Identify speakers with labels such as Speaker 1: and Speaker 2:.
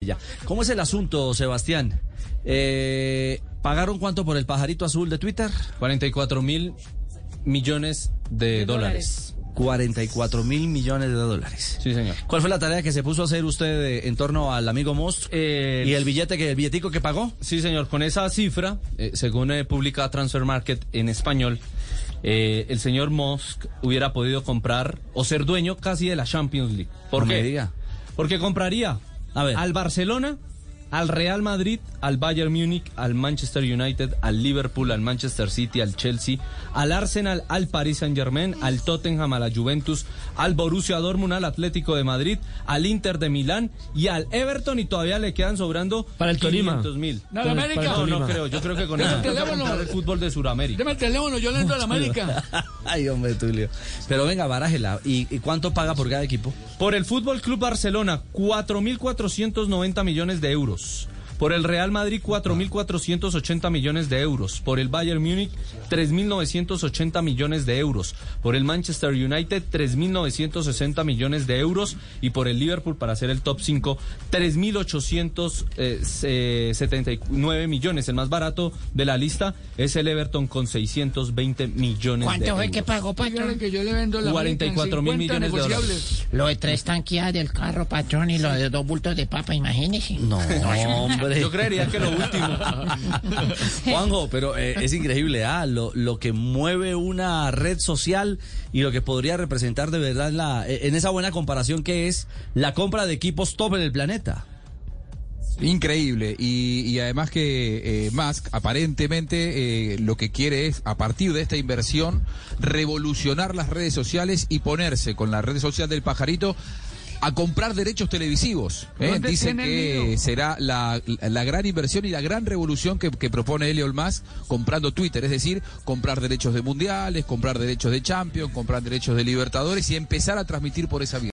Speaker 1: ya. ¿Cómo es el asunto, Sebastián? Eh, ¿Pagaron cuánto por el pajarito azul de Twitter?
Speaker 2: 44 mil millones de,
Speaker 3: De dólares.
Speaker 2: dólares.
Speaker 1: 44 mil millones de dólares.
Speaker 2: Sí, señor.
Speaker 1: ¿Cuál fue la tarea que se puso a hacer usted eh, en torno al amigo Most?
Speaker 2: Eh,
Speaker 1: ¿Y el billete que el billetico que pagó?
Speaker 2: Sí, señor. Con esa cifra, eh, según eh, publica Transfer Market en español, eh, el señor Musk hubiera podido comprar o ser dueño casi de la Champions League. ¿Por
Speaker 1: No
Speaker 2: qué?
Speaker 1: me diga.
Speaker 2: Porque compraría
Speaker 1: A ver.
Speaker 2: al Barcelona, al Real Madrid, al Bayern Múnich, al Manchester United, al Liverpool, al Manchester City, al Chelsea, al Arsenal, al Paris Saint Germain, al Tottenham, a la Juventus, al Borussia Dortmund, al Atlético de Madrid, al Inter de Milán y al Everton y todavía le quedan sobrando
Speaker 4: Para el Tolima.
Speaker 2: 500 mil.
Speaker 5: No, la América.
Speaker 2: No, no
Speaker 4: Tolima.
Speaker 2: creo. Yo creo que con
Speaker 5: Ese
Speaker 2: eso puede
Speaker 5: teléfono.
Speaker 2: comprar el fútbol de Sudamérica.
Speaker 5: Deme el teléfono, yo le entro a la América.
Speaker 1: Ay, hombre, Tulio. Pero venga, barájela. ¿Y, y cuánto paga por cada equipo?
Speaker 2: Por el Fútbol Club Barcelona, 4.490 millones de euros. Por el Real Madrid, 4.480 millones de euros. Por el Bayern Múnich, 3.980 millones de euros. Por el Manchester United, 3.960 millones de euros. Y por el Liverpool, para ser el top 5, eh, 3.879 millones. El más barato de la lista es el Everton con 620 millones de
Speaker 6: ¿Cuánto
Speaker 2: euros.
Speaker 6: fue que pagó,
Speaker 5: Dígale
Speaker 6: patrón?
Speaker 5: que yo le vendo la América en
Speaker 2: 44 mil
Speaker 5: 50
Speaker 2: millones de
Speaker 5: negociables.
Speaker 6: Lo de tres tanqueadas del carro, patrón, y lo de dos bultos de papa, imagínese.
Speaker 1: No, hombre.
Speaker 2: Yo creería que lo último.
Speaker 1: Juanjo, pero eh, es increíble, ah, lo, lo que mueve una red social y lo que podría representar de verdad la, eh, en esa buena comparación que es la compra de equipos top en el planeta.
Speaker 7: Increíble. Y, y además que eh, Musk aparentemente eh, lo que quiere es, a partir de esta inversión, revolucionar las redes sociales y ponerse con la red social del pajarito a comprar derechos televisivos. ¿eh?
Speaker 5: ¿Dónde
Speaker 7: Dicen
Speaker 5: tiene el
Speaker 7: que
Speaker 5: lío?
Speaker 7: será la, la gran inversión y la gran revolución que, que propone Elon Musk comprando Twitter, es decir, comprar derechos de mundiales, comprar derechos de Champions, comprar derechos de Libertadores y empezar a transmitir por esa vía.